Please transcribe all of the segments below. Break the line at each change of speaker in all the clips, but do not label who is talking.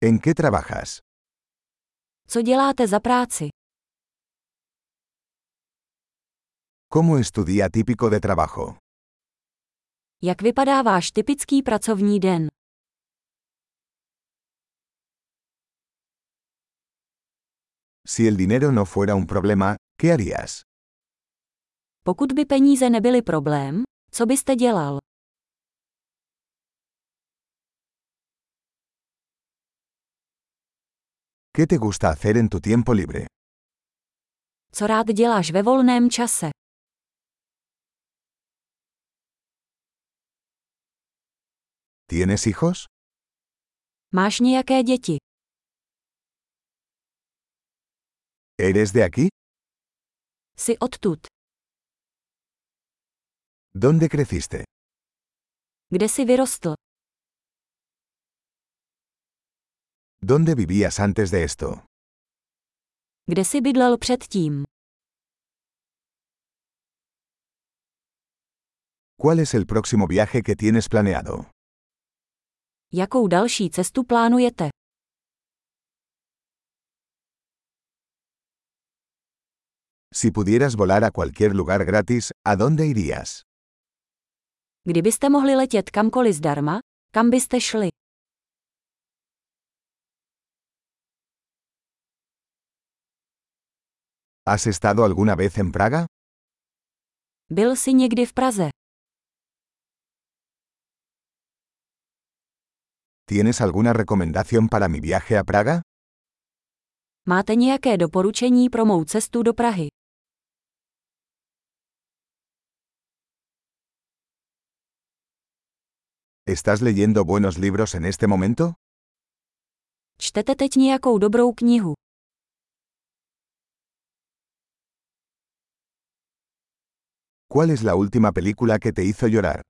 ¿En qué trabajas?
Co děláte za práci?
¿Cómo es tu día típico de trabajo?
Jak vypadá váš typický pracovní den?
Si el dinero no fuera un problema, ¿qué harías?
Pokud by peníze nebyly problém, co byste dělal?
¿Qué te gusta hacer en tu tiempo libre?
Co rád děláš ve volném čase?
¿Tienes hijos?
Máš nějaké děti?
¿Eres de aquí?
Jsi odtud?
¿Dónde creciste?
Kde jsi vyrostl?
¿Dónde vivías antes de esto?
Kde jsi bydlel předtím?
¿Cuál es el próximo viaje que tienes planeado?
Jakou další cestu plánujete?
Si pudieras volar a cualquier lugar gratis, ¿a dónde irías?
Kdybyste mohli letět kamkoliv zdarma, kam byste šli?
¿Has estado alguna vez en Praga?
Byl jsi někdy v Praze?
¿Tienes alguna recomendación para mi viaje a Praga?
Máte nějaké doporučení pro mou cestu do Prahy?
¿Estás leyendo buenos libros en este momento?
Čtete teď nějakou dobrou knihu?
¿Cuál es la última película que te hizo llorar?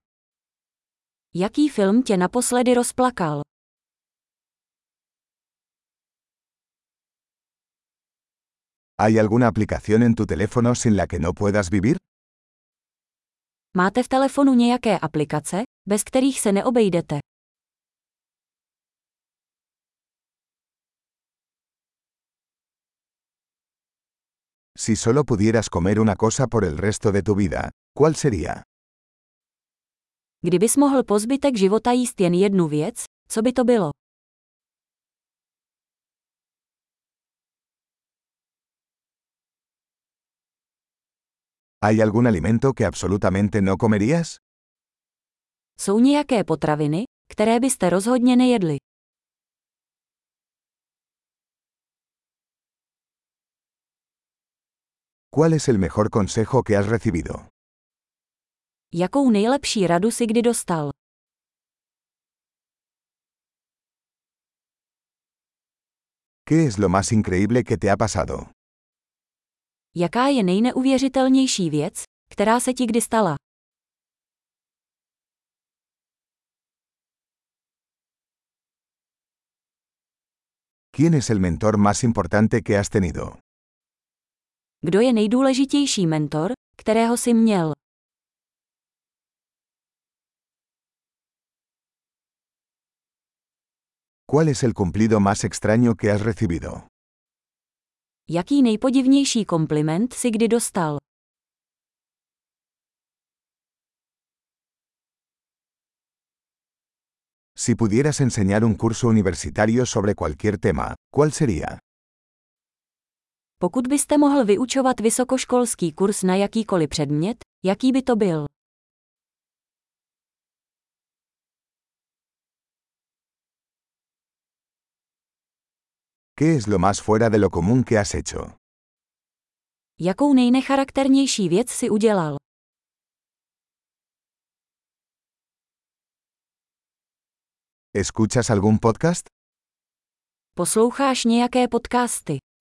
Jaký film tě naposledy rozplakal?
¿Hay alguna aplicación en tu teléfono sin la que no puedas vivir?
Máte v telefonu nějaké aplikace, bez kterých se neobejdete?
Si solo pudieras comer una cosa por el resto de tu vida, ¿cuál sería?
Kdybys mohl po zbytek života jíst jen jednu věc, co by to bylo?
¿Hay algún alimento que absolutamente no comerías?
Jsou nějaké potraviny, které byste rozhodně nejedli.
¿Cuál es el mejor consejo que has recibido?
Jakou nejlepší radu si kdy dostal?
¿Qué es lo más increíble que te ha pasado?
Jaká je nejneuvěřitelnější věc, která se ti kdy stala?
¿Quién es el mentor más importante que has tenido?
Kdo je nejdůležitější mentor, kterého jsi měl?
¿Cuál es el cumplido más extraño que has recibido?
Jaký nejpodivnější kompliment si kdy dostal?
Si pudieras enseñar un curso universitario sobre cualquier tema, ¿cuál sería?
Pokud byste mohl vyučovat vysokoškolský kurz na jakýkoliv předmět, jaký by to byl?
¿Qué es lo más fuera de lo común que has hecho?
Jakou nejnecharakternější věc si udělal?
¿Escuchas algún podcast?
Posloucháš nějaké podcasty?